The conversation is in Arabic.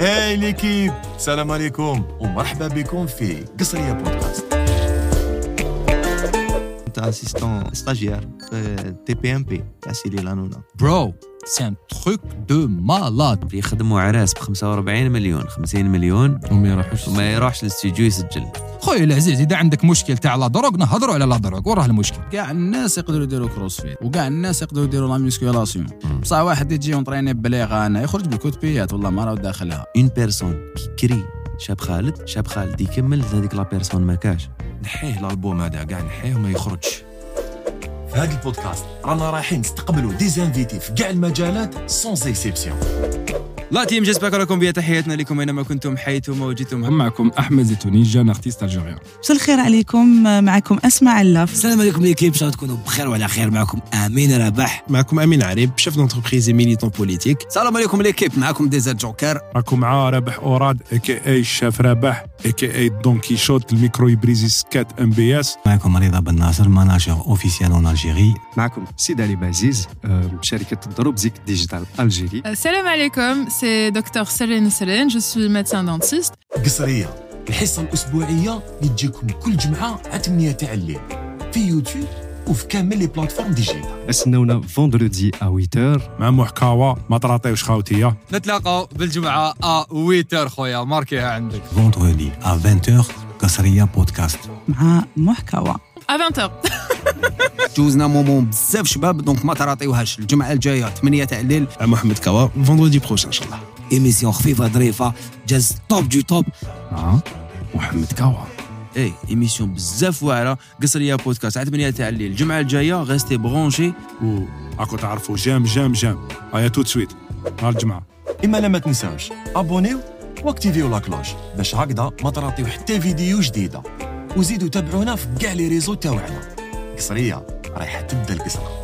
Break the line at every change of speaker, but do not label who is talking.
ليكيب سلام عليكم ومرحبا بكم في قصرية بودكاست
كنت اسيستون ستاجير في تي بي ام بي تاع سيدي لانونا
برو سي ان تروك دو مالاد
يخدموا عراس ب 45 مليون 50 مليون
وما يروحوش
وما يروحش للاستوديو يسجل
خويا العزيز اذا عندك مشكل تاع لا دروغ نهضروا على لا دروغ وراه المشكل
كاع الناس يقدروا يديروا كروسفيت وكاع الناس يقدروا يديروا لا ميسكولاسيون بصح واحد يجي يونطريني ببليغه انا يخرج بالكوتبيات والله ما راهو داخلها
اون بيرسون كي كري شاب خالد شاب خالد يكمل هذيك لا بيرسون ما كاش
نحيه الالبوم إيه، هذا كاع نحيه وما يخرجش
في هذا البودكاست رانا رايحين نستقبلوا دي زانفيتي في كاع المجالات سونس اكسيبسيون
لا تيم جيسباك راكم بها تحياتنا لكم اينما كنتم حيثم وجدتم
معكم احمد زيتوني جان ارتيست الجيريان
مساء الخير عليكم معكم اسماء علاف
السلام عليكم ليكيب ان شاء الله تكونوا بخير وعلى خير معكم امين رباح
معكم امين عريب شيف دونتربريز ميليتون بوليتيك
السلام عليكم ليكيب معكم ديزل جوكر
راكم مع رابح اوراد اي كي اي الشاف رابح اي كي اي دون كيشوت الميكرو يبريزي سكات ام بي اس
معكم رضا بن ناصر ماناجر اوفيسيال اون الجيري
معكم سيد علي بعزيز شركه دروبزيك ديجيتال الجيري
السلام عليكم سي دكتور سيرين سيرين جو سوي ميدسان دونتيست
قصرية الحصة الأسبوعية اللي تجيكم كل جمعة على 8 تاع الليل في يوتيوب وفي كامل لي بلاتفورم ديجيتال
استنونا فوندردي ا 8
مع محكاوى ما تراطيوش خاوتيه
نتلاقاو بالجمعه ا 8 خويا ماركيها عندك
فوندردي ا 20h قصريه بودكاست
مع محكوى
ا 20h
جوزنا مومون بزاف شباب دونك ما تراطيوهاش الجمعه الجايه 8 تاع الليل
أه، محمد كوا فوندردي بروشين ان شاء الله
ايميسيون خفيفه ظريفه جاز توب دو توب
آه، محمد كوا
إيه،
اي ايميسيون بزاف واعره قصريه بودكاست على 8 تاع الليل الجمعه الجايه غاستي برونشي
و راكم تعرفوا جام جام جام هيا تو سويت نهار الجمعه
إما لا ما تنساوش ابونيو واكتيفيو لا كلوش باش هكذا ما تراطيو حتى فيديو جديدة وزيدوا تابعونا في كاع لي ريزو تاوعنا قصرية رايحة تبدا القصرة